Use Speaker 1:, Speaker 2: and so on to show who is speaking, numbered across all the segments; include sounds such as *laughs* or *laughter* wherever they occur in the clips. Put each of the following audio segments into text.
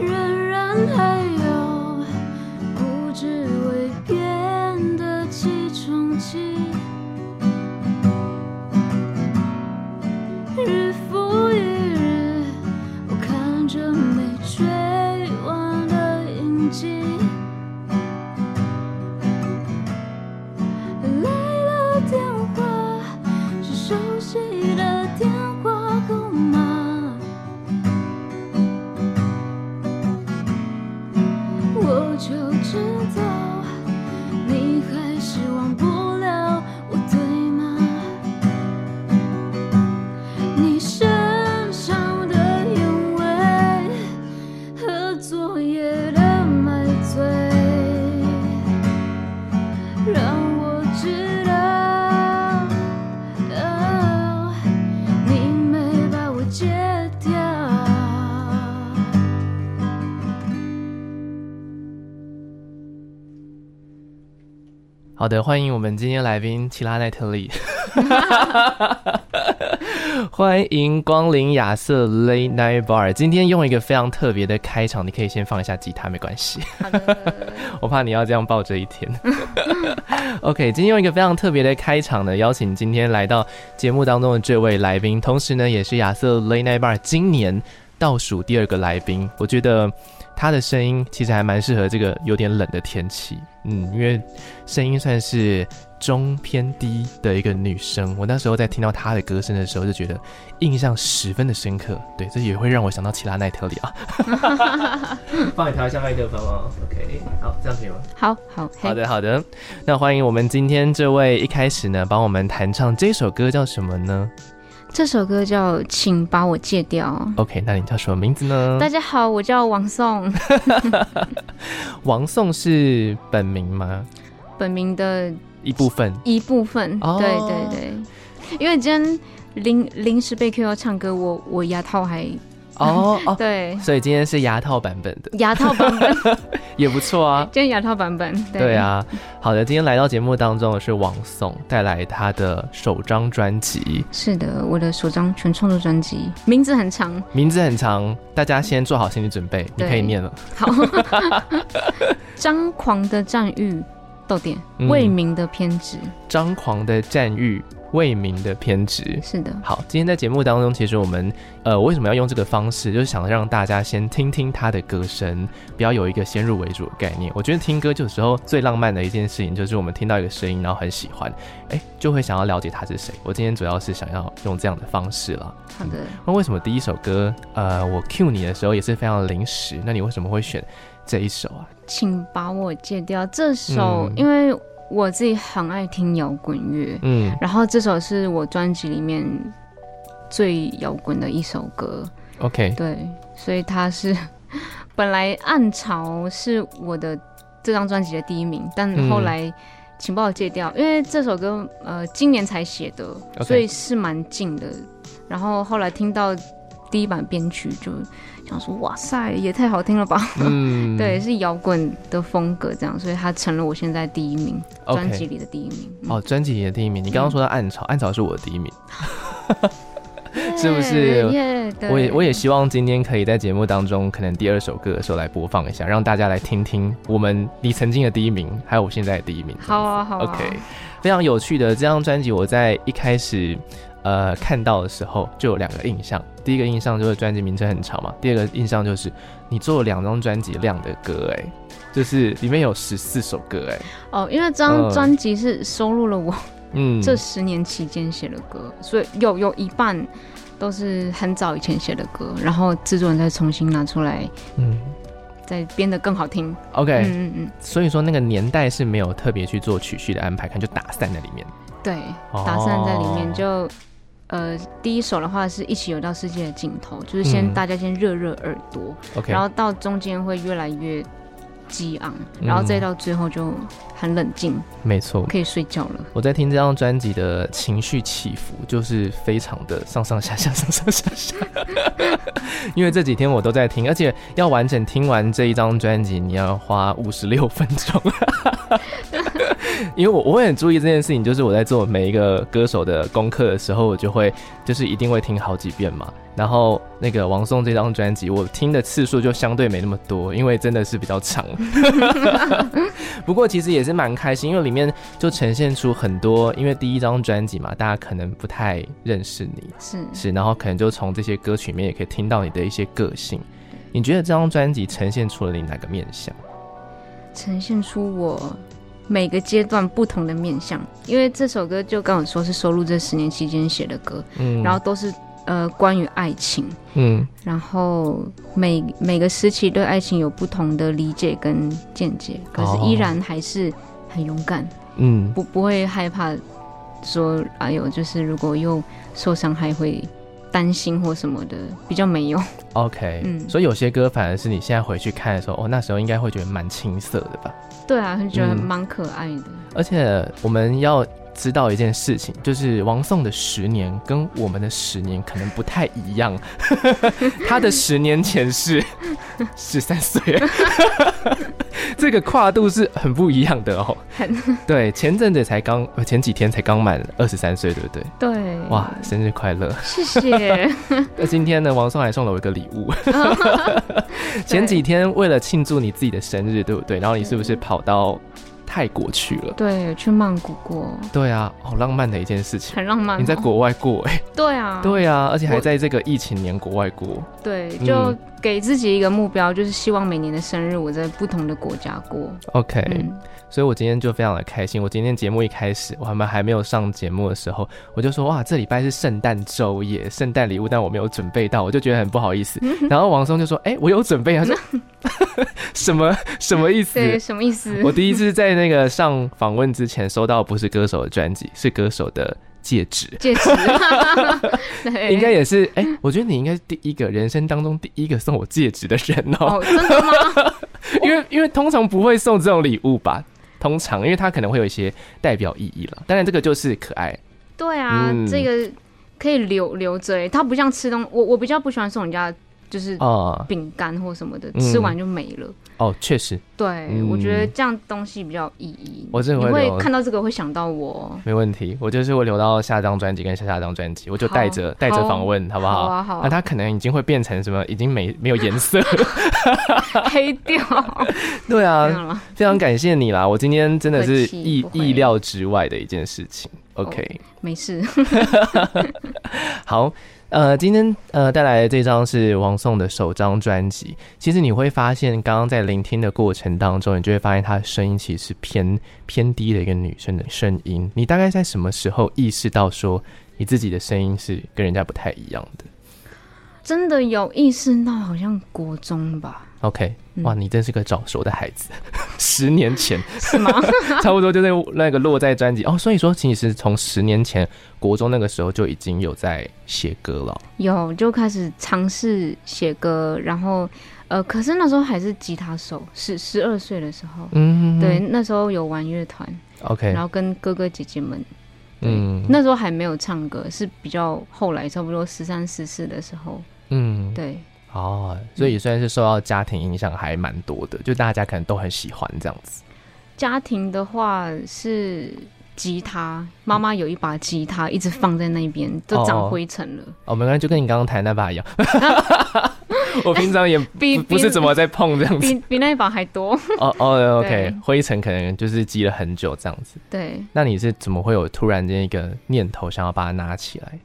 Speaker 1: 人人还有固执未变的起重机，日复一日，我看着没追完的影迹，来了电话是熟悉的电话号码。我就知道你还是忘不了我，对吗？你身上的烟味和昨夜的买醉，让我知道、哦你没把我戒掉。
Speaker 2: 好的，欢迎我们今天来宾齐拉奈特利， *laughs* 欢迎光临亚瑟 Late Night Bar。今天用一个非常特别的开场，你可以先放一下吉他，没关系。
Speaker 1: 好的。
Speaker 2: *laughs* 我怕你要这样抱着一天。OK，今天用一个非常特别的开场呢，邀请今天来到节目当中的这位来宾，同时呢也是亚瑟 Late Night Bar 今年倒数第二个来宾。我觉得他的声音其实还蛮适合这个有点冷的天气，嗯，因为声音算是中偏低的一个女生。我那时候在听到她的歌声的时候，就觉得印象十分的深刻。对，这也会让我想到奇拉奈特里啊。 *laughs* 帮你调一下麦克风哦。OK，好，这样可以吗？
Speaker 1: 好好
Speaker 2: 好，的，好的。那欢迎我们今天这位一开始呢，帮我们弹唱这首歌叫什么呢
Speaker 1: 这首歌叫《请把我戒掉》。
Speaker 2: ？OK，那你叫什么名字 *laughs* 呢
Speaker 1: 大？家好，我叫
Speaker 2: *laughs*
Speaker 1: 王颂，
Speaker 2: 王颂是本名吗？
Speaker 1: 本名的
Speaker 2: 一部分。
Speaker 1: 一部分。
Speaker 2: 哦
Speaker 1: 对对对，因为今天临临时被 Q 要唱歌，我我牙套还
Speaker 2: *laughs* 哦哦，
Speaker 1: 对
Speaker 2: 所以今天是牙套版本的，
Speaker 1: 牙套版
Speaker 2: *laughs*
Speaker 1: 本，
Speaker 2: 也不错啊。
Speaker 1: 今天牙套版本。对
Speaker 2: 对，啊，好的，今天来到节目当中的是王颂，带来他的首张专辑，
Speaker 1: 是的，我的首张全创作专辑，名字很长。
Speaker 2: 名字很长，大家先做好心理准备，你可以
Speaker 1: 对
Speaker 2: 念了。 *laughs*
Speaker 1: 好，张狂的占欲，逗点
Speaker 2: 嗯，
Speaker 1: 为民的偏执。
Speaker 2: 张狂的战欲，为民的偏执，
Speaker 1: 是的，
Speaker 2: 好，今天在节目当中，其实我们呃为什么要用这个方式，就是想让大家先听听他的歌声，不要有一个先入为主的概念。我觉得听歌就有时候最浪漫的一件事情，就是我们听到一个声音，然后很喜欢，哎，就会想要了解他是谁。我今天主要是想要用这样的方式了。
Speaker 1: 好的。
Speaker 2: 那为什么第一首歌，呃，我 cue 你的时候也是非常临时？那你为什么会选这一首啊？
Speaker 1: 请把我戒掉这首，
Speaker 2: 嗯
Speaker 1: 因为我自己很爱听摇滚乐，
Speaker 2: 嗯
Speaker 1: 然后这首是我专辑里面最摇滚的一首歌，
Speaker 2: ，OK，
Speaker 1: 对，所以它是 *laughs* 本来《暗潮》是我的这张专辑的第一名，但
Speaker 2: 嗯
Speaker 1: 后来请把我戒掉，因为这首歌呃今年才写的
Speaker 2: OK
Speaker 1: 所以是蛮近的，然后后来听到第一版编曲就想说哇塞，也太好听了吧。
Speaker 2: 嗯，
Speaker 1: *laughs* 对，是摇滚的风格这样，所以他成了我现在第一名，专辑
Speaker 2: ，OK，
Speaker 1: 里的第一名。嗯
Speaker 2: 哦，专辑里的第一名。你刚刚说到暗潮，暗潮是我的第一名。*laughs*
Speaker 1: 耶
Speaker 2: 是不是
Speaker 1: 耶，对
Speaker 2: 我也我也希望今天可以在节目当中，可能第二首歌的时候来播放一下，让大家来听听我们你曾经的第一名，还有我现在的第一名。
Speaker 1: 好啊好啊
Speaker 2: OK 非常有趣的这张专辑，我在一开始呃看到的时候就有两个印象，第一个印象就是专辑名称很长嘛，第二个印象就是你做了两张专辑量的歌、哎，就是里面有十四首歌、哎，
Speaker 1: 哦，因为这张
Speaker 2: 嗯
Speaker 1: 专辑是收录了我
Speaker 2: 嗯，
Speaker 1: 这十年期间写的歌，所以有有一半都是很早以前写的歌，然后制作人再重新拿出来
Speaker 2: 嗯。
Speaker 1: 再编得更好听。
Speaker 2: OK，、
Speaker 1: 嗯嗯嗯，
Speaker 2: 所以说那个年代是没有特别去做曲序的安排，可能就打散在里面。
Speaker 1: 对，打散在里
Speaker 2: 哦
Speaker 1: 面就。呃，第一首的话是一起游到世界的尽头，就是先、
Speaker 2: 嗯
Speaker 1: 大家先热热耳朵，
Speaker 2: OK，
Speaker 1: 然后到中间会越来越激昂，
Speaker 2: 嗯
Speaker 1: 然后再到最后就很冷静，
Speaker 2: 没错。
Speaker 1: 可以睡觉了。
Speaker 2: 我在听这张专辑的情绪起伏，就是非常的上上下下上上下下， *laughs* 因为这几天我都在听，而且要完整听完这一张专辑，你要花五十六分钟， *laughs* 因为我我很注意这件事情，就是我在做每一个歌手的功课的时候，我就会就是一定会听好几遍嘛。然后那个王颂这张专辑，我听的次数就相对没那么多，因为真的是比较长。 *laughs* 不过其实也是蛮开心，因为里面就呈现出很多，因为第一张专辑嘛，大家可能不太认识你，
Speaker 1: 是，
Speaker 2: 是，然后可能就从这些歌曲里面也可以听到你的一些个性。你觉得这张专辑呈现出了你哪个面相？
Speaker 1: 呈现出我每个阶段不同的面相，因为这首歌就刚好说是收录这十年期间写的歌，
Speaker 2: 嗯
Speaker 1: 然后都是呃关于爱情，
Speaker 2: 嗯
Speaker 1: 然后每每个时期对爱情有不同的理解跟见解，可是
Speaker 2: 哦
Speaker 1: 依然还是很勇敢，
Speaker 2: 嗯，
Speaker 1: 不不会害怕说哎呦，就是如果又受伤害会担心或什么的，比较没有。
Speaker 2: OK，
Speaker 1: 嗯
Speaker 2: 所以有些歌反而是你现在回去看的时候，哦，那时候应该会觉得蛮青涩的吧？
Speaker 1: *laughs* 对啊，就觉得
Speaker 2: 嗯
Speaker 1: 蛮可爱的。
Speaker 2: 而且我们要知道一件事情，就是王颂的十年跟我们的十年可能不太一样。 *laughs* 他的十年前是十三岁， *laughs* 这个跨度是很不一样的哦。对，前阵子才刚，呃前几天才刚满二十三岁，对不对？
Speaker 1: 对，
Speaker 2: 哇，，生日快乐！
Speaker 1: 谢谢。 *laughs*
Speaker 2: 那今天呢，王颂还送了我一个礼物。前几天为了庆祝你自己的生日，对不对？然后你是不是跑到泰国去了？
Speaker 1: 对，去曼谷过，
Speaker 2: 对啊，好浪漫的一件事情。
Speaker 1: 很浪漫哦。
Speaker 2: 你在国外过哎、
Speaker 1: 对啊，
Speaker 2: 对啊，而且还
Speaker 1: 我
Speaker 2: 在这个疫情年国外过，
Speaker 1: 对，
Speaker 2: 嗯
Speaker 1: 就给自己一个目标，就是希望每年的生日我在不同的国家过。
Speaker 2: OK，、
Speaker 1: 嗯，
Speaker 2: 所以我今天就非常的开心。我今天节目一开始，我们还没有上节目的时候，我就说哇，这礼拜是圣诞周耶，圣诞礼物，但我没有准备到，我就觉得很不好意思。
Speaker 1: 嗯
Speaker 2: 然后王松就说，哎、我有准备啊，他说 *laughs* 什么什么意思？
Speaker 1: 对，什么意思？
Speaker 2: 我第一次在那个上访问之前收到不是歌手的专辑，是歌手的戒指。
Speaker 1: 戒指， *laughs* 对，嗯
Speaker 2: 应该也是，哎、我觉得你应该是第一个人生当中第一个送我戒指的人哦、
Speaker 1: 哦，真的吗？
Speaker 2: *laughs* 因为因为通常不会送这种礼物吧？通常，因为它可能会有一些代表意义了。当然，这个就是可爱。
Speaker 1: 对啊，
Speaker 2: 嗯
Speaker 1: 这个可以留留着欸，它不像吃东，我我比较不喜欢送人家就是
Speaker 2: 哦
Speaker 1: 饼干或什么的，
Speaker 2: 嗯
Speaker 1: 吃完就没了。
Speaker 2: 哦，确实
Speaker 1: 对，
Speaker 2: 嗯
Speaker 1: 我觉得这样东西比较有意义。
Speaker 2: 我真的
Speaker 1: 你
Speaker 2: 会留啊
Speaker 1: 会看到这个会想到我，
Speaker 2: 没问题。我就是会留到下张专辑跟下下张专辑，我就带着
Speaker 1: 好
Speaker 2: 带着访问，好不
Speaker 1: 好
Speaker 2: 好？
Speaker 1: 啊好啊
Speaker 2: 那它可能已经会变成什么？已经没没有颜
Speaker 1: *laughs*
Speaker 2: 色了。
Speaker 1: 黑
Speaker 2: *laughs*
Speaker 1: 掉，
Speaker 2: 对
Speaker 1: 没
Speaker 2: 啊，
Speaker 1: 有了。
Speaker 2: 非常感谢你啦！我今天真的是
Speaker 1: 客气
Speaker 2: 意
Speaker 1: 不会
Speaker 2: 意料之外的一件事情。OK，、
Speaker 1: 没事，
Speaker 2: 好，呃，今天呃带来的这张是王颂的首张专辑。其实你会发现，刚刚在聆听的过程当中，你就会发现她的声音其实是偏偏低的一个女生的声音。你大概在什么时候意识到说你自己的声音是跟人家不太一样的
Speaker 1: 真的有意识到，好像国中吧，
Speaker 2: ？OK，
Speaker 1: 嗯
Speaker 2: 哇，你真是个早熟的孩子， *laughs* 十年前 *laughs*
Speaker 1: 是吗？
Speaker 2: 差不多就在那个落在专辑哦。所以说，其实从十年前国中那个时候就已经有在写歌了。
Speaker 1: 有就开始尝试写歌，然后呃，可是那时候还是吉他手，十十二岁的时候，
Speaker 2: 嗯，
Speaker 1: 对，那时候有玩乐团，
Speaker 2: ，OK，
Speaker 1: 然后跟哥哥姐姐们，
Speaker 2: 嗯
Speaker 1: 那时候还没有唱歌，是比较后来，差不多十三十四的时候，
Speaker 2: 嗯，
Speaker 1: 对，
Speaker 2: 哦，所以虽然是受到家庭影响还蛮多的，就大家可能都很喜欢这样子。
Speaker 1: 家庭的话是吉他，妈妈有一把吉他一直放在那边，都
Speaker 2: 哦
Speaker 1: 长灰尘了。
Speaker 2: 哦，没关系，就跟你刚刚谈那把一
Speaker 1: *laughs*
Speaker 2: 样，我平常也不
Speaker 1: 比
Speaker 2: 不是怎么在碰这样子。
Speaker 1: 比 *laughs* 比那一把还多。
Speaker 2: 哦哦
Speaker 1: 对
Speaker 2: ，OK，灰尘可能就是积了很久这样子。
Speaker 1: 对，啊
Speaker 2: 那你是怎么会有突然间一个念头想要把它拿起来？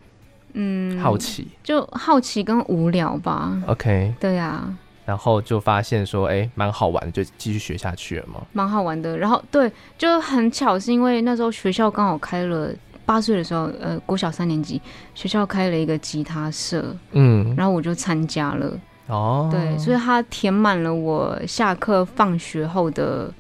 Speaker 1: 嗯，
Speaker 2: 好奇
Speaker 1: 就好奇跟无聊吧。
Speaker 2: ，OK，
Speaker 1: 对啊呀，
Speaker 2: 然后就发现说，哎、蛮好玩的，就继续学下去了嘛。
Speaker 1: 蛮好玩的。然后对，就很巧，是因为那时候学校刚好开了。八岁的时候，呃，国小三年级，学校开了一个吉他社，
Speaker 2: 嗯
Speaker 1: 然后我就参加了。
Speaker 2: 哦，
Speaker 1: 对，所以它填满了我下课、放学后的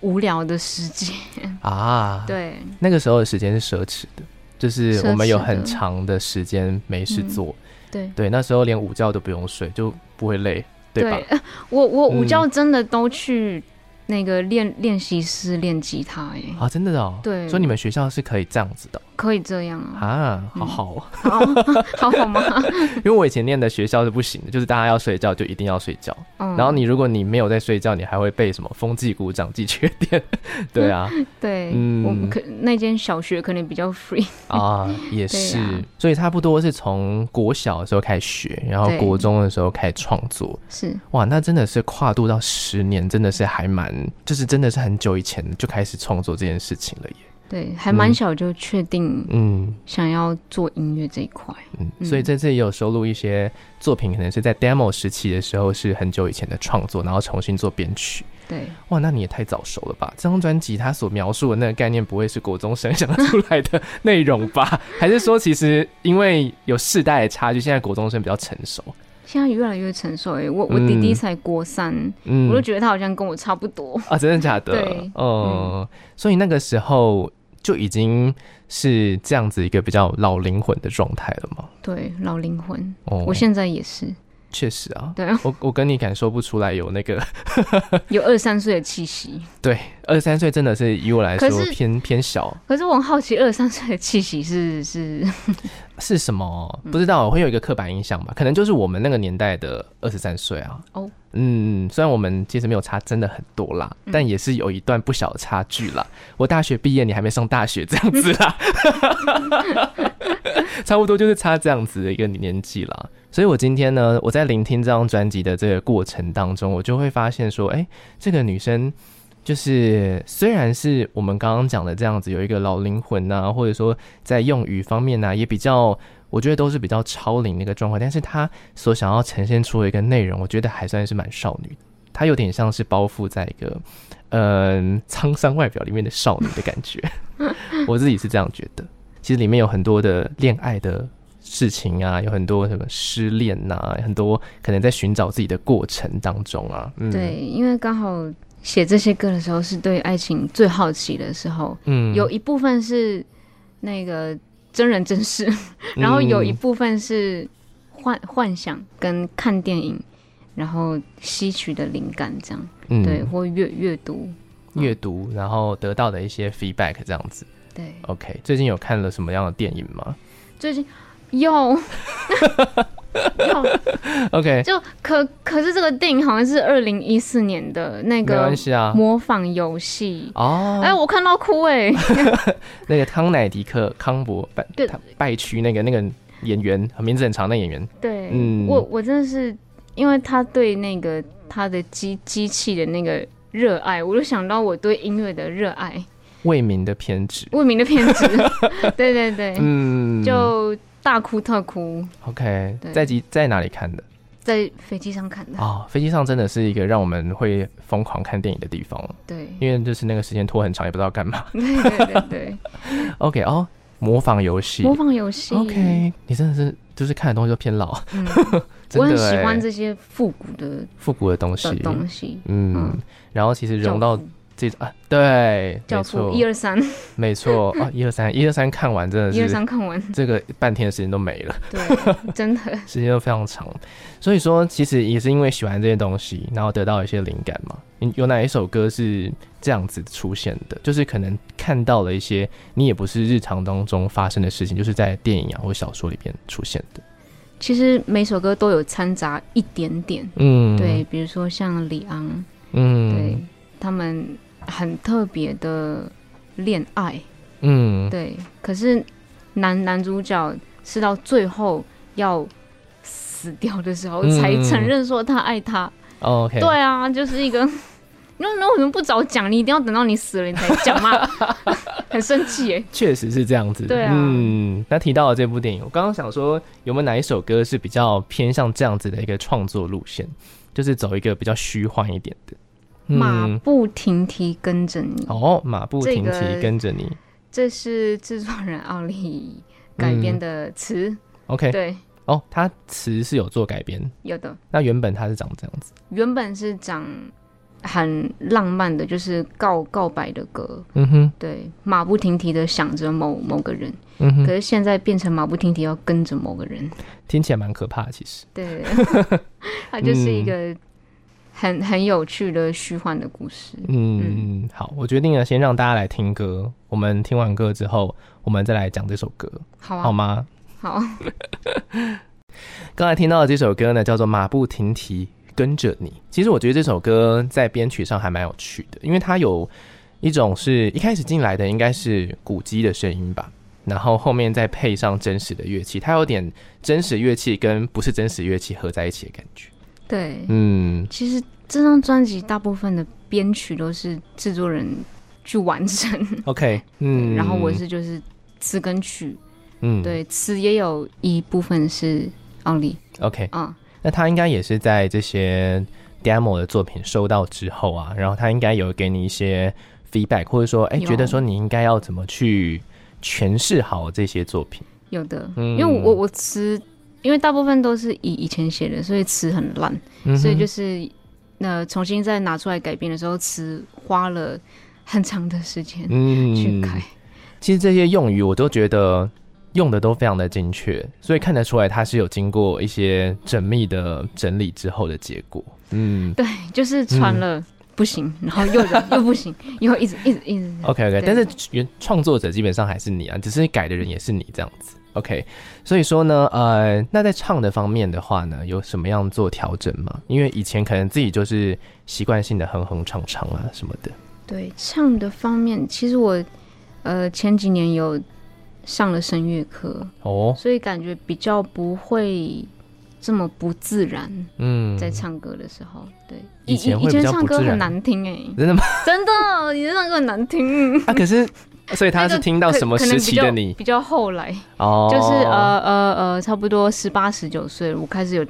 Speaker 1: 无聊的时间。
Speaker 2: 啊，，
Speaker 1: 对，
Speaker 2: 那个时候的时间是奢侈的，就是我们有
Speaker 1: 奢侈的嗯
Speaker 2: 很长的时间没事做，
Speaker 1: 对，
Speaker 2: 对，那时候连午觉都不用睡，就不会累，吧？
Speaker 1: 对， *laughs* 我我
Speaker 2: 嗯
Speaker 1: 午觉真的都去那个练练习室练吉他、欸，哎，
Speaker 2: 啊，真的哦，
Speaker 1: *laughs* 对
Speaker 2: 所以你们学校是可以这样子的
Speaker 1: 可以这样啊，
Speaker 2: 啊，好好哦，
Speaker 1: 好 *laughs* 好好吗？
Speaker 2: 因为我以前念的学校是不行的，就是大家要睡觉就一定要睡觉，*laughs*
Speaker 1: 嗯
Speaker 2: 然后你如果你没有在睡觉，你还会被什么风纪鼓掌记缺
Speaker 1: *laughs*
Speaker 2: 点，对啊，
Speaker 1: 对，
Speaker 2: 嗯
Speaker 1: 我可那间小学可能比较 free， *laughs*
Speaker 2: 啊，也是，
Speaker 1: 对啊
Speaker 2: 所以差不多是从国小的时候开始学，然后
Speaker 1: 对
Speaker 2: 国中的时候开始创作，
Speaker 1: 是
Speaker 2: 哇，那真的是跨度到十年，真的是还蛮，就是真的是很久以前就开始创作这件事情了耶，
Speaker 1: 对，还蛮
Speaker 2: 嗯
Speaker 1: 小就确定
Speaker 2: 嗯
Speaker 1: 想要做音乐这一块，
Speaker 2: 嗯，所以这次也有收录一些作品，可能是在 demo 时期的时候是很久以前的创作，然后重新做编曲。
Speaker 1: 对，
Speaker 2: 哇，那你也太早熟了吧！这张专辑它所描述的那个概念，不会是国中生 *laughs* 想出来的内容吧？还是说，其实因为有世代的差距，现在国中生比较成熟？
Speaker 1: 现在越来越成熟、欸，我我弟弟
Speaker 2: 嗯
Speaker 1: 才国三，
Speaker 2: 嗯
Speaker 1: 我就觉得他好像跟我差不多，
Speaker 2: *laughs* 啊，真的假的？
Speaker 1: 对
Speaker 2: 嗯，所以那个时候就已经是这样子一个比较老灵魂的状态了嘛。
Speaker 1: 对，老灵魂，
Speaker 2: 哦，
Speaker 1: 我现在也是， *laughs*
Speaker 2: 确实啊，
Speaker 1: 对啊，
Speaker 2: 我我跟你感受不出来有那个
Speaker 1: 有二三岁的气息。
Speaker 2: 对二十三岁真的是以我来说
Speaker 1: 可是
Speaker 2: 偏偏小
Speaker 1: 可是我很好奇，二三岁的气息是是，
Speaker 2: 是什么？不知道会有一个刻板印象吧？可能就是我们那个年代的二十三岁啊。
Speaker 1: 哦
Speaker 2: 嗯，虽然我们其实没有差真的很多啦，但也是有一段不小的差距啦。我大学毕业，你还没上大学这样子啦， *laughs* 差不多就是差这样子的一个年纪啦。所以我今天呢，我在聆听这张专辑的这个过程当中，我就会发现说，哎、这个女生。就是虽然是我们刚刚讲的这样子，有一个老灵魂呐、或者说在用语方面呢、也比较，我觉得都是比较超龄的一个状况。但是她所想要呈现出的一个内容，我觉得还算是蛮少女的。她有点像是包覆在一个，嗯、沧桑外表里面的少女的感觉。 *laughs* 我自己是这样觉得。其实里面有很多的恋爱的事情啊，有很多什么失恋呐、很多可能在寻找自己的过程当中啊。嗯，
Speaker 1: *laughs* 对，，因为刚好写这些歌的时候是对爱情最好奇的时候，
Speaker 2: 嗯
Speaker 1: 有一部分是那个真人真事， *laughs* 然后有一
Speaker 2: 嗯
Speaker 1: 部分是幻幻想跟看电影，然后吸取的灵感这样，
Speaker 2: 嗯
Speaker 1: 对，或阅阅读，
Speaker 2: 阅读，然后得到的一些 feedback 这样子。
Speaker 1: 对，
Speaker 2: OK，最近有看了什么样的电影吗
Speaker 1: 最近
Speaker 2: *laughs*
Speaker 1: 有。有
Speaker 2: ？OK，
Speaker 1: *laughs* 就可可是这个电影好像是二零一四年的那
Speaker 2: 没
Speaker 1: 个
Speaker 2: 关系啊。
Speaker 1: 模仿游戏，
Speaker 2: 哦，
Speaker 1: 哎、我看到哭
Speaker 2: *laughs*
Speaker 1: 哎、
Speaker 2: 那个康乃迪克康伯拜
Speaker 1: 对
Speaker 2: 他拜区那个那个演员，名字很长的演员，
Speaker 1: 对，
Speaker 2: 嗯
Speaker 1: 我我真的是因为他对那个他的机机器的那个热爱，我就想到我对音乐的热爱，
Speaker 2: 魏民的偏执。
Speaker 1: 未名的偏
Speaker 2: *laughs*
Speaker 1: 执， *laughs* 对对对，
Speaker 2: 嗯，
Speaker 1: 就大哭特哭，
Speaker 2: OK，
Speaker 1: 对
Speaker 2: 在几在哪里看的？
Speaker 1: 在飞机上看的，
Speaker 2: 哦，飞机上真的是一个让我们会疯狂看电影的地方，
Speaker 1: 对 *laughs*
Speaker 2: 因为就是那个时间拖很长，也不知道干嘛。 *laughs*
Speaker 1: 对对对对，
Speaker 2: OK，哦，模仿游戏
Speaker 1: 模仿游戏
Speaker 2: ，OK，你真的是就是看的东西都偏老，
Speaker 1: 嗯，
Speaker 2: *laughs* 真
Speaker 1: 我很
Speaker 2: 的
Speaker 1: 喜欢
Speaker 2: 欸
Speaker 1: 这些复古的
Speaker 2: 复古的东西
Speaker 1: 的，东西，
Speaker 2: 嗯
Speaker 1: 嗯，
Speaker 2: 然后其实融
Speaker 1: 教
Speaker 2: 到
Speaker 1: 父
Speaker 2: 这啊，对，没
Speaker 1: 教父
Speaker 2: 错
Speaker 1: 一，二三，
Speaker 2: 没
Speaker 1: *laughs*
Speaker 2: 错啊，一二三，一二三看完真的
Speaker 1: 一二
Speaker 2: 是
Speaker 1: 三看完，
Speaker 2: 这个半天的时间都没了，
Speaker 1: *laughs* 对，真的，
Speaker 2: 时间都非常长。所以说，其实也是因为喜欢这些东西，然后得到一些灵感嘛。你有哪一首歌是这样子出现的？就是可能看到了一些你也不是日常当中发生的事情，就是在电影啊或小说里边出现的。
Speaker 1: 其实每首歌都有掺杂一点点。
Speaker 2: 嗯，
Speaker 1: 对，，比如说像李昂，对、
Speaker 2: 嗯，
Speaker 1: 他们很特别的恋爱，
Speaker 2: 嗯，
Speaker 1: 对。可是男男主角是到最后要死掉的时候
Speaker 2: 嗯
Speaker 1: 才承认说他爱他。
Speaker 2: 哦，OK，
Speaker 1: 对啊，就
Speaker 2: *laughs*
Speaker 1: 是一个，那那为什么不早讲？你一定要等到你死了你才
Speaker 2: *laughs*
Speaker 1: 讲嘛，很生气耶。
Speaker 2: 确实是这样子。
Speaker 1: 对啊
Speaker 2: 嗯，那提到了这部电影，我刚刚想说，有没有哪一首歌是比较偏向这样子的一个创作路线，就是走一个比较虚幻一点的？嗯
Speaker 1: 马不停蹄跟着你，
Speaker 2: 哦，马不停
Speaker 1: 这
Speaker 2: 蹄
Speaker 1: 个
Speaker 2: 跟着你。
Speaker 1: 这是制作人奥利改编的词，
Speaker 2: OK，
Speaker 1: 嗯对，
Speaker 2: 哦哦，它词是有做改编，
Speaker 1: 有的
Speaker 2: 那原本它是长这样子。
Speaker 1: 原本是讲很浪漫的，就是告告白的歌，
Speaker 2: 嗯哼，
Speaker 1: 对，马不停蹄的想着某某个人，
Speaker 2: 嗯哼，
Speaker 1: 可是现在变成马不停蹄要跟着某个人，
Speaker 2: 听起来蛮可怕的，其实。
Speaker 1: 对， *laughs* 它就是一个很很有趣的虚幻的故事。
Speaker 2: 嗯，好，我决定了，先让大家来听歌。我们听完歌之后，我们再来讲这首歌，
Speaker 1: 好啊，
Speaker 2: 好吗？
Speaker 1: 好，
Speaker 2: 刚才听到的这首歌呢，叫做《马不停蹄跟着你》。其实我觉得这首歌在编曲上还蛮有趣的，因为它有一种是一开始进来的应该是鼓机的声音吧，然后后面再配上真实的乐器，它有点真实乐器跟不是真实乐器合在一起的感觉。
Speaker 1: 对，
Speaker 2: 嗯，
Speaker 1: 其实这张专辑大部分的编曲都是制作人去完成，
Speaker 2: OK，嗯，
Speaker 1: 然后我是就是词跟曲，
Speaker 2: 嗯
Speaker 1: 对，词也有一部分是奥利
Speaker 2: OK，
Speaker 1: 啊，
Speaker 2: 那他应该也是在这些 demo 的作品收到之后啊，然后他应该有给你一些 feedback，或者说，哎、
Speaker 1: 有
Speaker 2: 觉得说你应该要怎么去诠释好这些作品。
Speaker 1: 有的，
Speaker 2: 嗯
Speaker 1: 因为我我词，因为大部分都是以以前写的，所以词很烂，
Speaker 2: 嗯哼
Speaker 1: 所以就是呃重新再拿出来改编的时候，词花了很长的时间
Speaker 2: 嗯
Speaker 1: 去改。
Speaker 2: 其实这些用语我都觉得用的都非常的精确，所以看得出来它是有经过一些缜密的整理之后的结果。嗯
Speaker 1: 对，就是传了不行，然后又忍又不行， *laughs* 又一直一直一直。
Speaker 2: ，OK OK，
Speaker 1: 对
Speaker 2: 但是原创作者基本上还是你啊，只是改的人也是你这样子。OK，所以说呢，呃，那在唱的方面的话呢，有什么样做调整吗？因为以前可能自己就是习惯性的哼哼唱唱啊什么的。
Speaker 1: 对唱的方面，其实我呃前几年有上了声乐课，
Speaker 2: 哦，
Speaker 1: 所以感觉比较不会这么不自然，
Speaker 2: 嗯，
Speaker 1: 在唱歌的时候，对，
Speaker 2: 以前
Speaker 1: 以
Speaker 2: 会
Speaker 1: 前
Speaker 2: 比较
Speaker 1: 唱
Speaker 2: 不
Speaker 1: 歌
Speaker 2: 自然
Speaker 1: 很难听哎、
Speaker 2: 真的吗？
Speaker 1: 真的，以前唱歌很难听。
Speaker 2: *laughs* 啊，可是， *laughs* 所以他
Speaker 1: 那
Speaker 2: 是
Speaker 1: 个
Speaker 2: 听到
Speaker 1: 可
Speaker 2: 什么
Speaker 1: 可能
Speaker 2: 时
Speaker 1: 比
Speaker 2: 期
Speaker 1: 较
Speaker 2: 的你？
Speaker 1: 比较后来，
Speaker 2: 哦，
Speaker 1: 就是呃呃呃，差不多十八十九岁，我开始有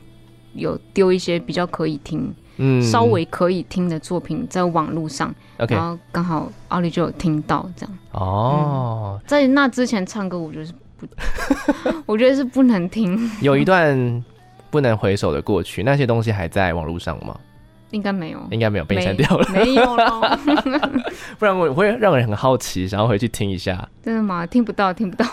Speaker 1: 有丢一些比较可以听、
Speaker 2: 嗯
Speaker 1: 稍微啊可以听的作品在网络上，
Speaker 2: OK
Speaker 1: 然后刚好奥利就有听到这样。
Speaker 2: 哦，
Speaker 1: 在那之前唱歌，我觉得是不， *laughs* 我觉得是不能听，
Speaker 2: 有一段不能回首的过去，那些东西还在网络上吗？
Speaker 1: 应该没有，
Speaker 2: 应该没有被
Speaker 1: 没
Speaker 2: 删掉了，
Speaker 1: 没有了，
Speaker 2: 不然我会让人很好奇，想要回去听一下。
Speaker 1: 真的吗？听不到，听不到。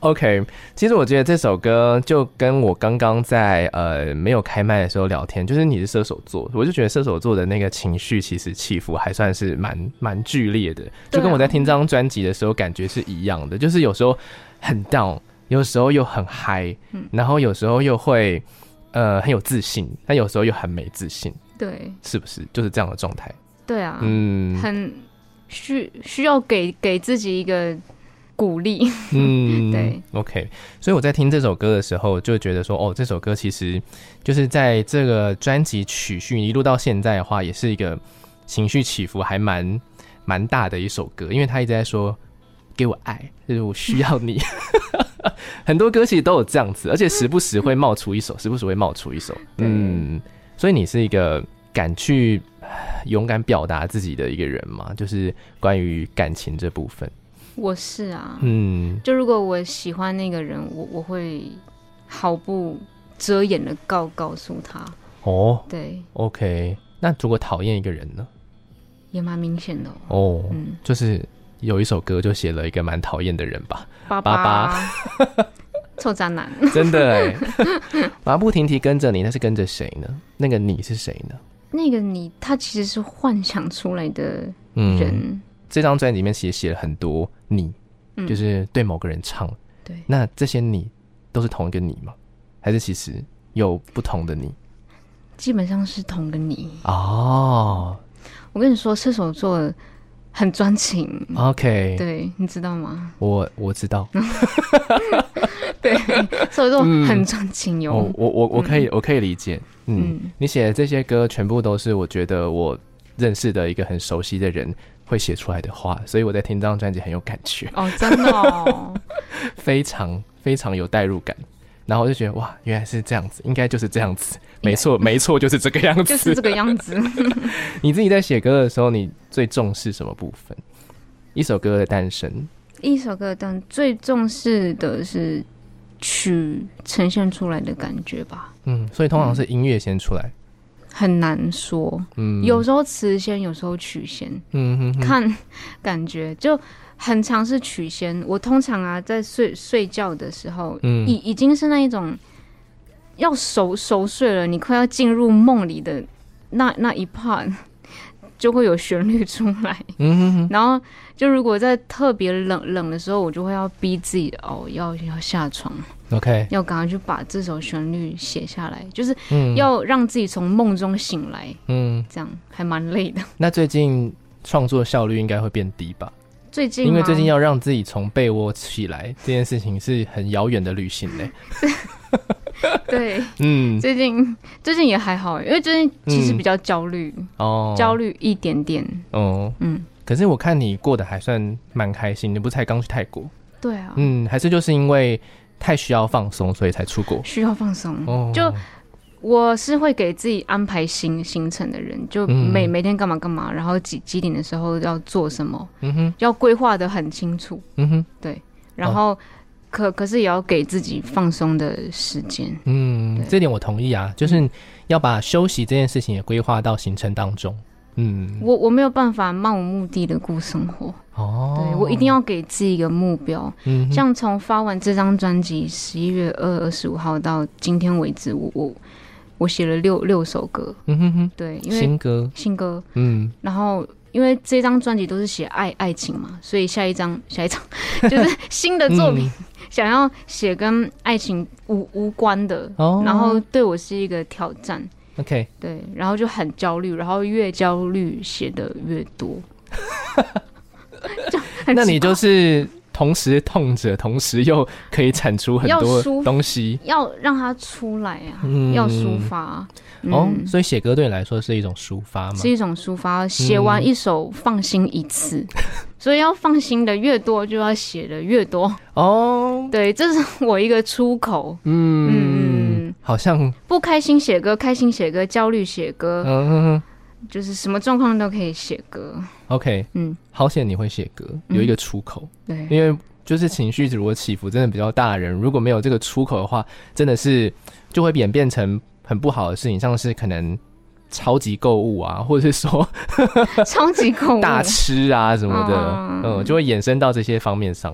Speaker 2: OK，其实我觉得这首歌就跟我刚刚在呃没有开麦的时候聊天，就是你是射手座，我就觉得射手座的那个情绪其实起伏还算是蛮蛮剧烈的，就跟我在听这张专辑的时候感觉是一样的，就是有时候很 down，有时候又很嗨，然后有时候又会呃很有自信，但有时候又很没自信，
Speaker 1: *laughs* 对
Speaker 2: 是不是？就是这样的状态。
Speaker 1: 对啊，
Speaker 2: 嗯
Speaker 1: 很需需要给给自己一个鼓励。 *laughs*
Speaker 2: 嗯，
Speaker 1: 对
Speaker 2: ，OK。所以我在听这首歌的时候，就觉得说，哦，这首歌其实就是在这个专辑曲序一路到现在的话，也是一个情绪起伏还蛮蛮大的一首歌，因为他一直在说给我爱，就是我需要你。 *laughs* 很多歌其实都有这样子，而且时不时会冒出一首，时不时会冒出一首。嗯，所以你是一个敢去呃勇敢表达自己的一个人嘛，就是关于感情这部分。
Speaker 1: 我是啊，
Speaker 2: 嗯，
Speaker 1: 就如果我喜欢那个人，我我会毫不遮掩的告告诉他，
Speaker 2: 哦。
Speaker 1: 对，
Speaker 2: OK，那如果讨厌一个人呢？
Speaker 1: 也蛮明显的、哦。
Speaker 2: 哦，
Speaker 1: 嗯，
Speaker 2: 就是有一首歌就写了一个蛮讨厌的人
Speaker 1: *laughs*
Speaker 2: 吧，
Speaker 1: 爸
Speaker 2: 爸
Speaker 1: 爸， *laughs* 臭渣男，
Speaker 2: 真的哎， *laughs* 马不停蹄跟着你，那是跟着谁呢？那个你是谁呢？
Speaker 1: 那个你他其实是幻想出来的
Speaker 2: 嗯，
Speaker 1: 人，
Speaker 2: 这张专辑里面其实写了很多你，
Speaker 1: 嗯
Speaker 2: 就是对某个人唱。
Speaker 1: 对
Speaker 2: 那这些你都是同一个你吗？还是其实有不同的你？
Speaker 1: 基本上是同个你。
Speaker 2: 哦
Speaker 1: 我跟你说，射手座很专
Speaker 2: 嗯
Speaker 1: 情，
Speaker 2: ，OK，
Speaker 1: 对，你知道吗？
Speaker 2: 我我知道，
Speaker 1: *laughs*
Speaker 2: *laughs*
Speaker 1: 对，所以说很专情哟、
Speaker 2: 哦，我我我可以、我可以理解，嗯，
Speaker 1: 嗯
Speaker 2: 你写的这些歌全部都是我觉得我认识的一个很熟悉的人会写出来的话，所以我在听这张专辑很有感觉，
Speaker 1: 哦，真
Speaker 2: *laughs*
Speaker 1: 的哦，
Speaker 2: 非常非常有代入感。然后我就觉得哇，原来是这样子，应该就是这样子，没错，没错，就是这个样子。
Speaker 1: 就是这个样子。
Speaker 2: 你自己在写歌的时候，你最重视什么部分？一首歌的诞生，
Speaker 1: 一首歌，但最重视的是曲呈现出来的感觉吧，
Speaker 2: 嗯，所以通常是音乐先出来，
Speaker 1: 很难说。
Speaker 2: 嗯，
Speaker 1: 有时候词先，有时候曲先，
Speaker 2: 嗯嗯嗯，
Speaker 1: 看感觉就很常是曲先。我通常啊，在睡睡觉的时候，
Speaker 2: 嗯
Speaker 1: 已已经是那一种要熟熟睡了，你快要进入梦里的那那一 part，就会有旋律出来。
Speaker 2: 嗯哼哼，
Speaker 1: 然后就如果在特别冷冷的时候，我就会要逼自己哦，要要下床，
Speaker 2: OK，
Speaker 1: 要赶快去把这首旋律写下来，就是
Speaker 2: 嗯，
Speaker 1: 要让自己从梦中醒来，
Speaker 2: 嗯，
Speaker 1: 这样还蛮累的。 *laughs*
Speaker 2: 那最近创作效率应该会变低吧？
Speaker 1: 最近
Speaker 2: 因为
Speaker 1: 吗
Speaker 2: 最近要让自己从被窝起来这件事情是很遥远的旅行嘞。
Speaker 1: 对
Speaker 2: 嗯，
Speaker 1: 最近最近也还好，因为最近其实
Speaker 2: 嗯
Speaker 1: 比较焦虑，
Speaker 2: 哦，
Speaker 1: 焦虑一点点。
Speaker 2: 哦，
Speaker 1: 嗯，
Speaker 2: 可是我看你过得还算蛮开心，你不是才刚去泰国？
Speaker 1: 对啊，
Speaker 2: 嗯，还是就是因为太需要放松，所以才出国。
Speaker 1: 需要放松。
Speaker 2: 哦，
Speaker 1: 就我是会给自己安排行行程的人，就
Speaker 2: 嗯
Speaker 1: 每、每天干嘛干嘛，然后几几点的时候要做什么，
Speaker 2: 嗯哼，
Speaker 1: 要规划的很清楚。
Speaker 2: 嗯哼，
Speaker 1: 然后、
Speaker 2: 哦
Speaker 1: 可可是也要给自己放松的时间。
Speaker 2: 嗯
Speaker 1: 对，嗯
Speaker 2: 这点我同意啊，就是要把休息这件事情也规划到行程当中。嗯，
Speaker 1: 我我没有办法漫无目的的过生活，
Speaker 2: 哦，
Speaker 1: 对我一定要给自己一个目标。
Speaker 2: 嗯哼，
Speaker 1: 像从发完这张专辑十一月二二十五号到今天为止，我我我写了六六首歌，
Speaker 2: 嗯哼哼，
Speaker 1: 对，因为
Speaker 2: 新歌，
Speaker 1: 新歌，
Speaker 2: 嗯，
Speaker 1: 然后因为这张专辑都是写爱爱情嘛，所以下一张 *laughs* 下一张就是新的作品，
Speaker 2: 嗯
Speaker 1: 想要写跟爱情无无关的，
Speaker 2: 哦
Speaker 1: 然后对我是一个挑战。
Speaker 2: 嗯，OK，
Speaker 1: 对，然后就很焦虑，然后越焦虑写的越
Speaker 2: *laughs*
Speaker 1: 多，就很
Speaker 2: 那
Speaker 1: 奇
Speaker 2: 你
Speaker 1: 怪
Speaker 2: 就是同时痛着，同时又可以产出很
Speaker 1: 要
Speaker 2: 多
Speaker 1: 抒
Speaker 2: 东西，
Speaker 1: 要让它出来啊，
Speaker 2: 嗯
Speaker 1: 要抒发啊、嗯
Speaker 2: 哦，所以写歌对你来说是一种抒发嘛
Speaker 1: 是？一种抒发。写完
Speaker 2: 嗯
Speaker 1: 一首，放心一次， *laughs* 所以要放心的越多，就要写的越多。
Speaker 2: 哦，
Speaker 1: *laughs* 对，这是我一个出口。
Speaker 2: 嗯，
Speaker 1: 嗯
Speaker 2: 好像，
Speaker 1: 不开心写歌，开心写歌，焦虑写歌，
Speaker 2: 嗯哼
Speaker 1: 就是什么状况都可以写歌。
Speaker 2: ，OK，
Speaker 1: 嗯，
Speaker 2: 好险你会写歌，有一个出口，
Speaker 1: 对，
Speaker 2: *laughs* 因为就是情绪如果起伏真的比较大的人，如果没有这个出口的话，真的是就会演变成很不好的事情，像是可能。超级购物啊，或者是说
Speaker 1: 超级购物，
Speaker 2: 大吃啊什么的，
Speaker 1: 嗯
Speaker 2: 嗯，就会衍生到这些方面上。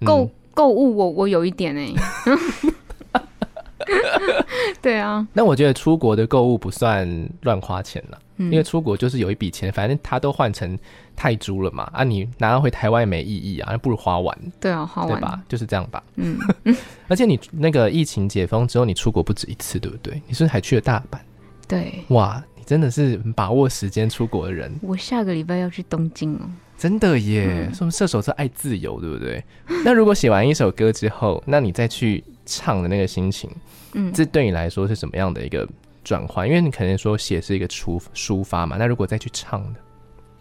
Speaker 2: 嗯
Speaker 1: 购购物我我有一点哎、 *laughs* 对啊，
Speaker 2: 那我觉得出国的购物不算乱花钱了，
Speaker 1: 嗯
Speaker 2: 因为出国就是有一笔钱，反正它都换成泰铢了嘛，啊，你拿到回台湾也没意义啊，那不如花完，
Speaker 1: 对啊，好
Speaker 2: 对
Speaker 1: 玩，
Speaker 2: 吧？就是这样吧。
Speaker 1: 嗯，
Speaker 2: 而且你那个疫情解封之后，你出国不止一次，对不对？你是不是还去了大阪？
Speaker 1: 对。
Speaker 2: 哇，你真的是很把握时间出国的人，
Speaker 1: 我下个礼拜要去东京哦，
Speaker 2: 真的耶！说明射手座爱自由，对不对？那如果写完一首歌之后，那你再去唱的那个心情，
Speaker 1: 嗯
Speaker 2: 这对你来说是什么样的一个转换？因为你可能说写是一个出抒发嘛，那如果再去唱呢？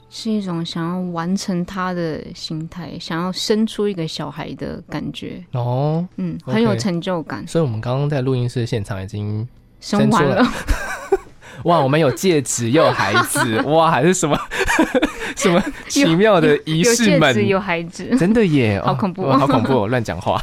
Speaker 1: 是一种想要完成它的心态，想要生出一个小孩的感觉，
Speaker 2: 哦，
Speaker 1: 嗯，
Speaker 2: OK
Speaker 1: 很有成就感，
Speaker 2: 所以我们刚刚在录音室现场已经
Speaker 1: 生完了
Speaker 2: 生，哇，我们有戒指，又有孩子，哇，还是什么 *laughs* 什么奇妙的仪
Speaker 1: *laughs* 有
Speaker 2: 式
Speaker 1: 戒
Speaker 2: 们，
Speaker 1: 指有孩 *laughs* 子，
Speaker 2: 真的耶，
Speaker 1: 好
Speaker 2: 哦
Speaker 1: 恐怖
Speaker 2: 哇好恐怖、哦，乱讲
Speaker 1: *laughs*
Speaker 2: 话。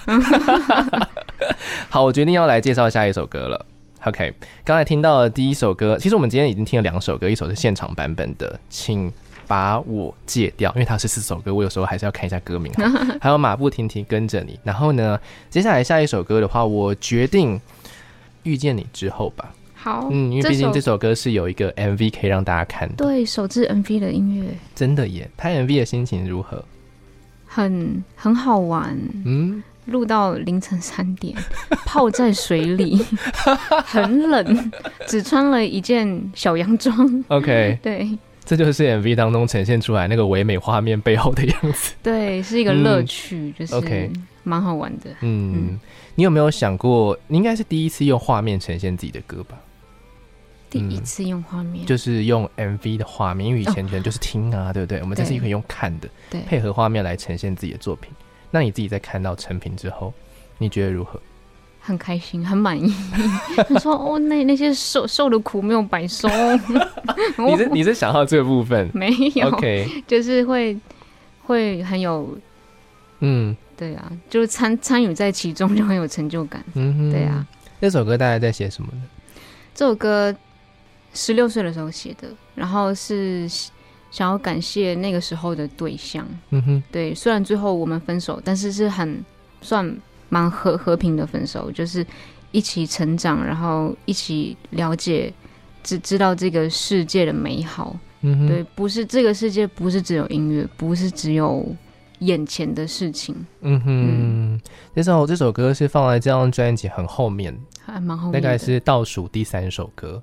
Speaker 2: 好，我决定要来介绍下一首歌了。OK，刚才听到的第一首歌，其实我们今天已经听了两首歌，一首是现场版本的，请把我戒掉，因为它是四首歌，我有时候还是要看一下歌名
Speaker 1: *laughs*
Speaker 2: 哈。还有马不停蹄跟着你，然后呢，接下来下一首歌的话，我决定遇见你之后吧。
Speaker 1: 好，
Speaker 2: 嗯，因为毕竟这
Speaker 1: 哦首
Speaker 2: 首歌是有一个 MV 可以让大家看的，
Speaker 1: 对首支 MV 的音乐
Speaker 2: 真的耶。拍 MV 的心情如何？
Speaker 1: 很很好玩，
Speaker 2: 嗯，
Speaker 1: 录到凌晨三
Speaker 2: *laughs*
Speaker 1: 点，泡在水里，很冷，只穿了一件小洋装。 *laughs*
Speaker 2: OK
Speaker 1: 对
Speaker 2: 这就是 MV 当中呈现出来那个唯美画面背后的样子。
Speaker 1: 对，是一个乐趣，就是
Speaker 2: 嗯 OK
Speaker 1: 蛮好玩的。
Speaker 2: 嗯，
Speaker 1: 嗯
Speaker 2: 你有没有想过，你应该是第一次用画面呈现自己的歌吧？
Speaker 1: 第一次用画面，
Speaker 2: 就是用 MV 的画面，因为以前可能就是听啊，对不对？我们这次
Speaker 1: 对
Speaker 2: 可以用看的，
Speaker 1: 对，
Speaker 2: 配合画面来呈现自己的作品。那你自己在看到成品之后，你觉得如何？
Speaker 1: 很开心，很满意。 *laughs* 他说：“哦，那那些受受的苦没有白受。我
Speaker 2: *laughs*
Speaker 1: *laughs*
Speaker 2: 你是你是想到这个部分
Speaker 1: 没有
Speaker 2: ？OK，
Speaker 1: 就是会会很有
Speaker 2: 嗯，
Speaker 1: 对啊，就是参参与在其中就很有成就感。
Speaker 2: 嗯哼，
Speaker 1: 对啊。
Speaker 2: 那首歌大概在写什么呢？
Speaker 1: 这首歌十六岁的时候写的，然后是想要感谢那个时候的对象。
Speaker 2: 嗯哼，
Speaker 1: 对，虽然最后我们分手，但是是很算蛮和和平的分手，就是一起成长，然后一起了解，知知道这个世界的美好。
Speaker 2: 嗯哼，
Speaker 1: 对，，不是这个世界不是只有音乐，不是只有眼前的事情，
Speaker 2: 嗯哼。这首这首歌是放在这张专辑很后面，
Speaker 1: 还蛮后
Speaker 2: 大
Speaker 1: 面的。
Speaker 2: 概是倒数第三首歌。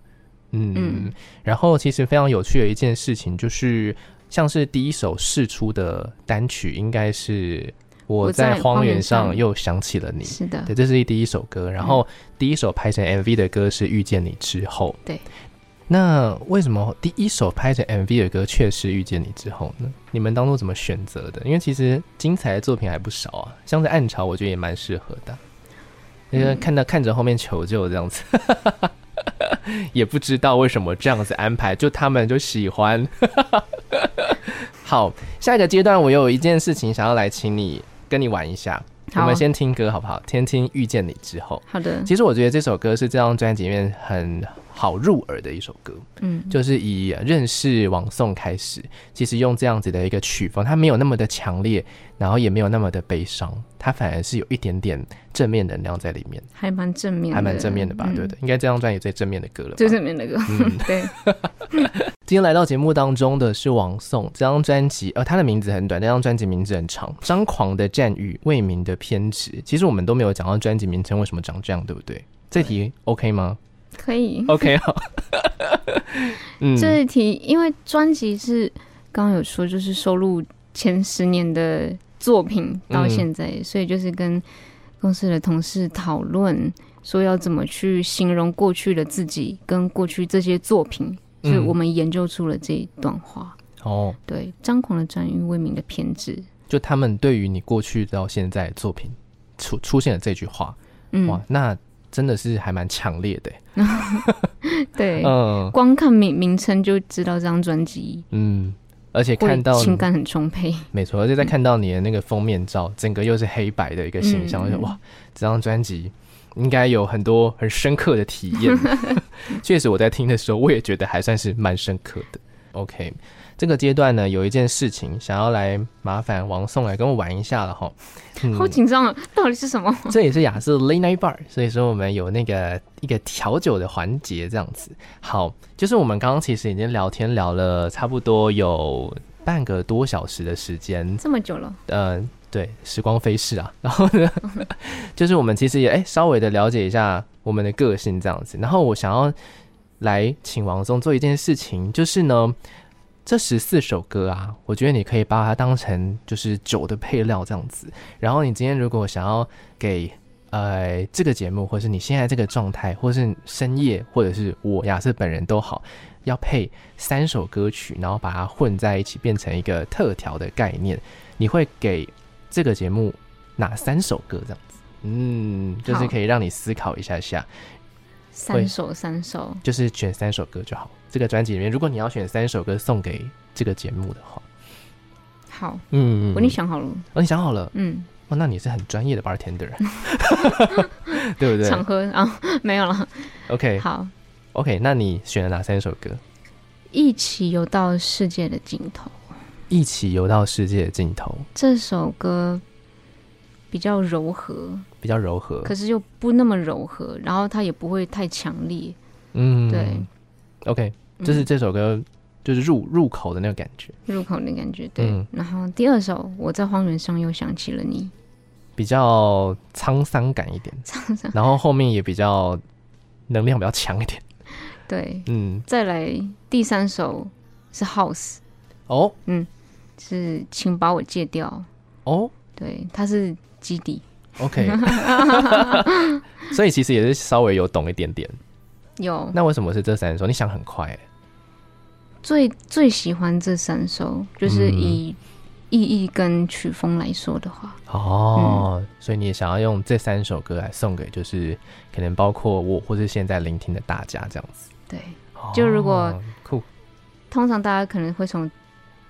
Speaker 2: 嗯，
Speaker 1: 嗯
Speaker 2: 然后其实非常有趣的一件事情就是，像是第一首试出的单曲应该是。我
Speaker 1: 我
Speaker 2: 在
Speaker 1: 在
Speaker 2: 荒
Speaker 1: 荒
Speaker 2: 原
Speaker 1: 原
Speaker 2: 上
Speaker 1: 上
Speaker 2: 又想起了你，
Speaker 1: 是的，嗯
Speaker 2: 对，这是第一首歌。然后第一首拍成 MV 的歌是《遇见你之后》。
Speaker 1: 对。
Speaker 2: 那为什么第一首拍成 MV 的歌却是《遇见你之后》呢？你们当初怎么选择的？因为其实精彩的作品还不少啊，像是《暗潮》，我觉得也蛮适合的。因
Speaker 1: 嗯
Speaker 2: 为看到看着后面求救这样子， *laughs* 也不知道为什么这样子安排，就他们就喜欢。 *laughs* 好，下一个阶段我有一件事情想要来请你跟你玩一下，我
Speaker 1: 好啊
Speaker 2: 们先听歌好不好？先听《遇见你之后
Speaker 1: 好的》。，
Speaker 2: 其实我觉得这首歌是这张专辑里面很好入耳的一首歌，
Speaker 1: 嗯，
Speaker 2: 就是以认识网颂开始，其实用这样子的一个曲风，它没有那么的强烈，然后也没有那么的悲伤，它反而是有一点点正面能量在里面，
Speaker 1: 还蛮正面的，
Speaker 2: 还蛮正面的吧？
Speaker 1: 嗯
Speaker 2: 对不对？应该这张专辑最正面的歌了吧？
Speaker 1: 最正面的歌，
Speaker 2: 嗯
Speaker 1: *laughs* 对，
Speaker 2: 今天来到节目当中的是王颂，这张专辑，呃，他的名字很短，那张专辑名字很长，《张狂的战雨，为民的偏执》。其实我们都没有讲到专辑名称为什么长这样，对不对？这题 OK
Speaker 1: *laughs*
Speaker 2: 吗
Speaker 1: 可以。
Speaker 2: ？OK
Speaker 1: *laughs*
Speaker 2: 好。嗯，
Speaker 1: 这一题，因为专辑是刚刚有说，就是收录前十年的作品到现在，
Speaker 2: 嗯
Speaker 1: 所以就是跟公司的同事讨论，说要怎么去形容过去的自己跟过去这些作品，所以
Speaker 2: 嗯
Speaker 1: 我们研究出了这一段话。
Speaker 2: 哦，
Speaker 1: 对，张狂的战与魏明的偏执，
Speaker 2: 就他们对于你过去到现在的作品出出现了这句话，哇
Speaker 1: 嗯，，
Speaker 2: 那真的是还蛮强烈的欸。
Speaker 1: 对，
Speaker 2: 嗯
Speaker 1: 光看名名称就知道这张专辑
Speaker 2: 嗯，而且
Speaker 1: 会
Speaker 2: 看到
Speaker 1: 情感很充沛，
Speaker 2: 没错，而且在看到你的那个封面照，整个又是黑白的一个形象，
Speaker 1: 嗯
Speaker 2: 我就
Speaker 1: 嗯
Speaker 2: 哇，这张专辑应该有很多很深刻的体
Speaker 1: *laughs*
Speaker 2: 验。确实，我在听的时候，我也觉得还算是蛮深刻的。OK，这个阶段呢，有一件事情想要来麻烦王颂来跟我玩一下了哈。嗯
Speaker 1: 好紧张啊！到底是什么？ *laughs*
Speaker 2: 这也是雅思 Late Night Bar，所以说我们有那个一个调酒的环节这样子。好，就是我们刚刚其实已经聊天聊了差不多有半个多小时的时间，
Speaker 1: 这么久了，
Speaker 2: 呃，对，时光飞逝啊。 *laughs* 然后呢，就是我们其实也哎、稍微的了解一下我们的个性这样子。然后我想要来请王宗做一件事情，就是呢，这十四首歌啊，我觉得你可以把它当成就是酒的配料这样子。然后你今天如果想要给呃这个节目，或是你现在这个状态，或是深夜，或者是我亚瑟本人都好。要配三首歌曲，然后把它混在一起，变成一个特调的概念。你会给这个节目哪三首歌这样子？嗯，就是
Speaker 1: 好
Speaker 2: 可以让你思考一下下，会
Speaker 1: 三首三首，
Speaker 2: 就是选三首歌就好。这个专辑里面，如果你要选三首歌送给这个节目的话，
Speaker 1: 好，
Speaker 2: 嗯，
Speaker 1: 我已经想好了，
Speaker 2: 哦，你想好了，
Speaker 1: 嗯，
Speaker 2: 哦，那你是很专业的
Speaker 1: *laughs*
Speaker 2: bartender，对不对
Speaker 1: 场合啊 *laughs* 没有了。
Speaker 2: ？OK
Speaker 1: 好，
Speaker 2: OK，那你选了哪三首歌？
Speaker 1: 一起游到世界的尽头
Speaker 2: 一起游到世界的尽头，
Speaker 1: 这首歌比较柔和，
Speaker 2: 比较柔和，
Speaker 1: 可是又不那么柔和，然后它也不会太强烈，
Speaker 2: 嗯，
Speaker 1: 对，
Speaker 2: ，OK，
Speaker 1: 嗯
Speaker 2: 就是这首歌就是入入口的那个感觉，
Speaker 1: 入口的感觉，对。
Speaker 2: 嗯
Speaker 1: 然后第二首，我在荒原上又想起了你，
Speaker 2: 比较沧桑感一点。
Speaker 1: 唱上
Speaker 2: 然后后面也比较能量比较强一点。
Speaker 1: 对，
Speaker 2: 嗯，
Speaker 1: 再来第三首是 House，
Speaker 2: 哦
Speaker 1: 是请把我戒掉，
Speaker 2: 哦
Speaker 1: 对，它是基底，
Speaker 2: ，OK，所以其实也是稍微有懂一点点。
Speaker 1: 有
Speaker 2: 那为什么是这三首？你想很快、欸，
Speaker 1: 最最喜欢这三首，就是
Speaker 2: 嗯
Speaker 1: 以意义跟曲风来说的话，
Speaker 2: 哦，所以你也想要用这三首歌来送给，就是可能包括我或是现在聆听的大家这样子。
Speaker 1: 对，
Speaker 2: 哦
Speaker 1: 就如果
Speaker 2: 酷，
Speaker 1: 通常大家可能会从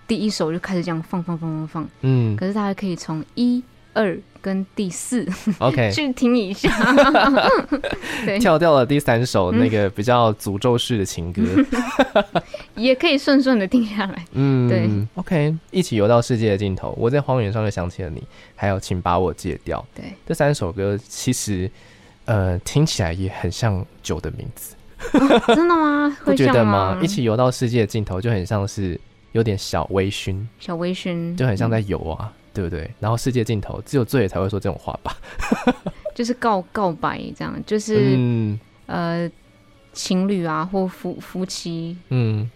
Speaker 1: 第一首就开始这样放放放放放，
Speaker 2: 嗯
Speaker 1: 可是大家可以从一、二跟第四 *laughs*
Speaker 2: OK，
Speaker 1: 去听
Speaker 2: *laughs*
Speaker 1: 一下。对，
Speaker 2: 跳掉了第三首那个比较诅咒式的情歌。
Speaker 1: 嗯也可以顺顺的听下来。
Speaker 2: 嗯，
Speaker 1: 对
Speaker 2: ，OK，一起游到世界的尽头，我在荒原上就想起了你，还有请把我戒掉。
Speaker 1: 对，
Speaker 2: 这三首歌其实，呃，听起来也很像酒的名字，
Speaker 1: 真
Speaker 2: *laughs*
Speaker 1: 的吗？
Speaker 2: 不
Speaker 1: 会
Speaker 2: 觉
Speaker 1: 像
Speaker 2: 得吗？一起游到世界的尽头就很像是有点小微醺，
Speaker 1: 小微醺，
Speaker 2: 就很像在
Speaker 1: 嗯
Speaker 2: 游啊，对不对？然后世界尽头只有醉了才会说这种话吧？
Speaker 1: 就是告告白这样，就是、
Speaker 2: 嗯
Speaker 1: 呃情侣啊或夫夫妻
Speaker 2: 嗯，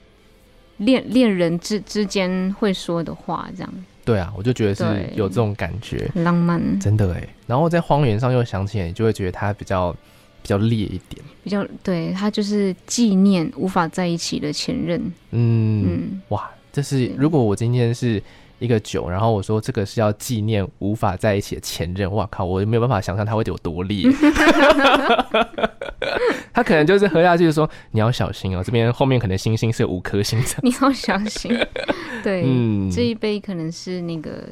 Speaker 1: 恋恋人之之间会说的话，这样
Speaker 2: 对啊，我就觉得是
Speaker 1: 对
Speaker 2: 有这种感觉。
Speaker 1: 很浪漫，
Speaker 2: 真的哎，然后在荒原上又想起来，你就会觉得它比较比较烈一点。
Speaker 1: 比较对他就是纪念无法在一起的前任。
Speaker 2: 嗯，
Speaker 1: 嗯， *laughs*
Speaker 2: 哇，这是
Speaker 1: 对
Speaker 2: 如果我今天是一个酒，然后我说这个是要纪念无法在一起的前任，哇靠，我没有办法想象他会有多
Speaker 1: *laughs*
Speaker 2: 烈。他可能就是喝下去就说你要小心哦、这边后面可能星星是有五颗星的。
Speaker 1: 你要小
Speaker 2: *laughs*
Speaker 1: 心。对，
Speaker 2: 嗯
Speaker 1: 这一杯可能是那个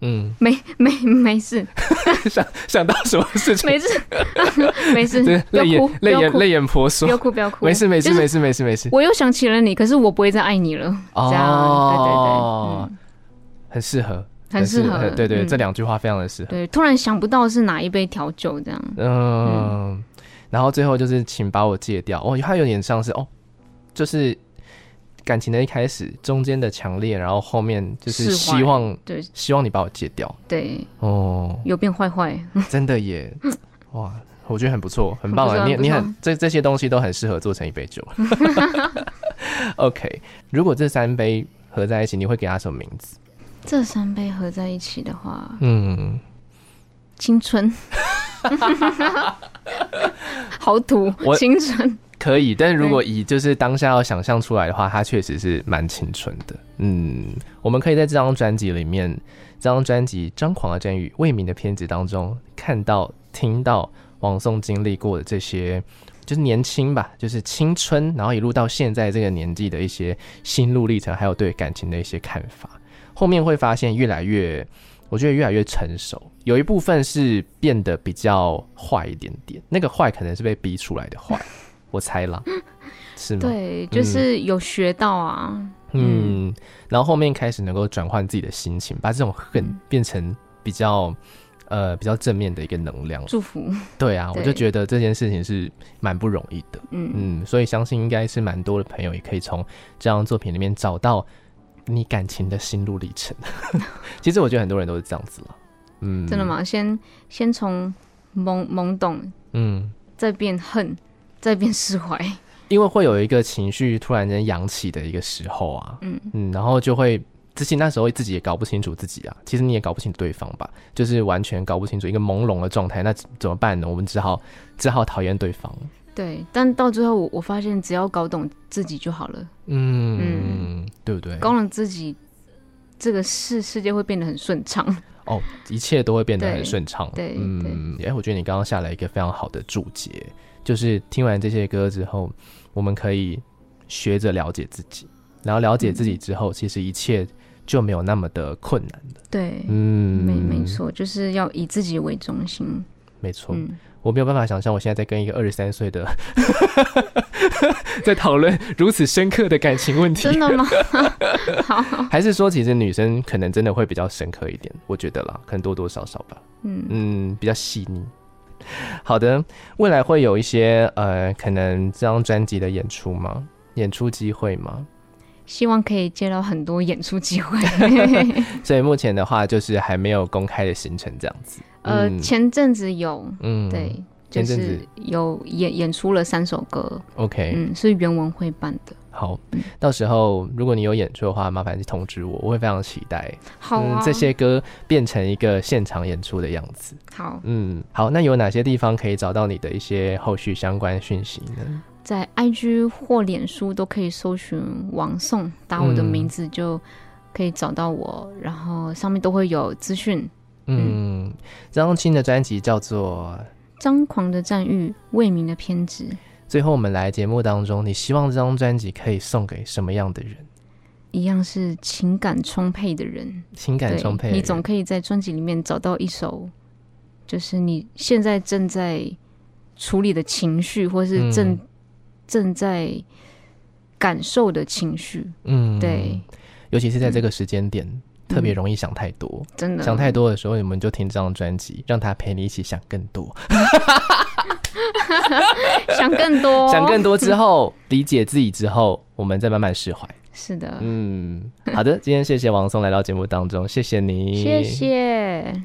Speaker 2: 嗯，
Speaker 1: 没 *laughs* 没没事
Speaker 2: 想想到什么事情？
Speaker 1: 没事 *laughs* 没事
Speaker 2: *laughs* 对，，
Speaker 1: 不
Speaker 2: 泪眼泪
Speaker 1: 要哭不要
Speaker 2: 眼
Speaker 1: 哭
Speaker 2: 泪眼婆
Speaker 1: 不
Speaker 2: 娑
Speaker 1: 要。哭不要
Speaker 2: *laughs*
Speaker 1: 哭，
Speaker 2: 没事没事
Speaker 1: 就是
Speaker 2: 没事没事没事。
Speaker 1: 我又想起了你，可是我不会再爱你了。
Speaker 2: 哦
Speaker 1: 这样，对对对，嗯，
Speaker 2: 很适合，
Speaker 1: 很适合
Speaker 2: 呃很对对，
Speaker 1: 嗯
Speaker 2: 这两句话非常的适合。
Speaker 1: 对，突然想不到是哪一杯调酒这样。
Speaker 2: 嗯，然后最后就是请把我戒掉。哦，它有点像是哦，就是感情的一开始，中间的强烈，然后后面就是
Speaker 1: 释怀
Speaker 2: 希望
Speaker 1: 对
Speaker 2: 希望你把我戒掉。
Speaker 1: 对，
Speaker 2: 哦，
Speaker 1: 有变坏嗯坏，
Speaker 2: 真的
Speaker 1: *laughs*
Speaker 2: 耶，哇，我觉得很不错，很棒
Speaker 1: 很
Speaker 2: 啊！
Speaker 1: 不
Speaker 2: 你
Speaker 1: 错
Speaker 2: 你
Speaker 1: 很不错
Speaker 2: 很这这些东西都很适合做成一杯
Speaker 1: *laughs*
Speaker 2: 酒。OK，如果这三杯合在一起，你会给它什么名字？
Speaker 1: 这三杯合在一起的话，
Speaker 2: 嗯，
Speaker 1: 青春， *laughs* 好土
Speaker 2: 我，嗯
Speaker 1: 青春，
Speaker 2: 可以，但如果以就是当下要想象出来的话，它确实是蛮青春的。嗯，我们可以在这张专辑里面，这张专辑《张狂的真与未明的偏执》当中，看到、听到王颂经历过的这些，就是年轻吧，就是青春，然后一路到现在这个年纪的一些心路历程，还有对感情的一些看法。后面会发现越来越，我觉得越来越成熟。有一部分是变得比较坏一点点，那个坏可能是被逼出来的坏。我猜啦，是吗？
Speaker 1: 对，就是有学到啊，
Speaker 2: 嗯，然后后面开始能够转换自己的心情，把这种恨
Speaker 1: 嗯
Speaker 2: 变成比较呃比较正面的一个能量。
Speaker 1: 祝福，
Speaker 2: 对啊，我
Speaker 1: 对
Speaker 2: 就觉得这件事情是蛮不容易的。
Speaker 1: 嗯，
Speaker 2: 嗯，所以相信应该是蛮多的朋友也可以从这张作品里面找到你感情的心路历
Speaker 1: *laughs*
Speaker 2: 程。其实我觉得很多人都是这样子了。嗯，
Speaker 1: 真的？吗？先先从懵懵懂，
Speaker 2: 嗯，
Speaker 1: 再变恨，再变释怀，
Speaker 2: 因为会有一个情绪突然间扬起的一个时候啊，
Speaker 1: 嗯
Speaker 2: 嗯，然后就会自己那时候自己也搞不清楚自己啊，其实你也搞不清楚对方吧，就是完全搞不清楚一个朦胧的状态，那怎么办呢？我们只好只好讨厌对方。
Speaker 1: 对，但到最后我我发现，只要搞懂自己就好了，
Speaker 2: 嗯，对不对？
Speaker 1: 搞懂自己，这个世世界会变得很顺畅。
Speaker 2: 哦，一切都会变得很
Speaker 1: 对
Speaker 2: 顺畅。
Speaker 1: 对
Speaker 2: 嗯，哎、我觉得你刚刚下了一个非常好的注解，就是听完这些歌之后，我们可以学着了解自己，然后了解自己
Speaker 1: 嗯
Speaker 2: 之后，其实一切就没有那么的困难了。
Speaker 1: 对，
Speaker 2: 嗯，
Speaker 1: 没没，错，就是要以自己为中心。
Speaker 2: 没错。
Speaker 1: 嗯，
Speaker 2: 我没有办法想象我现在在跟一个二十三岁的 *laughs* 在讨论如此深刻的感情问题 *laughs*
Speaker 1: 真，的吗？好，
Speaker 2: 还是说其实女生可能真的会比较深刻一点？我觉得啦，可能多多少少吧。
Speaker 1: 嗯，
Speaker 2: 嗯，比较细腻。好的，未来会有一些呃，可能这张专辑的演出吗？演出机会吗？
Speaker 1: 希望可以接到很多演出
Speaker 2: *laughs*
Speaker 1: 机会。
Speaker 2: 所以目前的话，就是还没有公开的行程这样子。
Speaker 1: 呃，
Speaker 2: 嗯
Speaker 1: 前阵子有，
Speaker 2: 嗯，
Speaker 1: 对，就
Speaker 2: 前阵
Speaker 1: 是
Speaker 2: 子哎
Speaker 1: 有演演出了三首歌，
Speaker 2: ，OK，
Speaker 1: 嗯，是袁文会办的。
Speaker 2: 好，到时候如果你有演出的话，麻烦通知我，我会非常期待。
Speaker 1: 好啊，
Speaker 2: 嗯这些歌变成一个现场演出的样子。
Speaker 1: 好，
Speaker 2: 嗯，好，那有哪些地方可以找到你的一些后续相关讯息呢？
Speaker 1: 在 IG 或脸书都可以搜寻王颂，打我的
Speaker 2: 嗯
Speaker 1: 名字就可以找到我，然后上面都会有资讯。
Speaker 2: 嗯，这张新的专辑叫做
Speaker 1: 张狂的赞誉，未明的偏执，
Speaker 2: 最后，我们来节目当中，你希望这张专辑可以送给什么样的人？
Speaker 1: 一样是情感充沛的人，
Speaker 2: 情感充沛的
Speaker 1: 对，
Speaker 2: 人，
Speaker 1: 你总可以在专辑里面找到一首，就是你现在正在处理的情绪，或是正、
Speaker 2: 嗯
Speaker 1: 正在感受的情绪，
Speaker 2: 嗯
Speaker 1: 对，，
Speaker 2: 尤其是在这个时间点，特别容易想太多。
Speaker 1: 真的
Speaker 2: 想太多的时候，你们就听这张专辑，让他陪你一起想更多。
Speaker 1: 想更多，
Speaker 2: 想更多之后，理解自己之后，我们再慢慢释怀。
Speaker 1: 是的，
Speaker 2: 嗯嗯，好的，今天谢谢王松来到节目当中，谢谢你，
Speaker 1: 谢谢。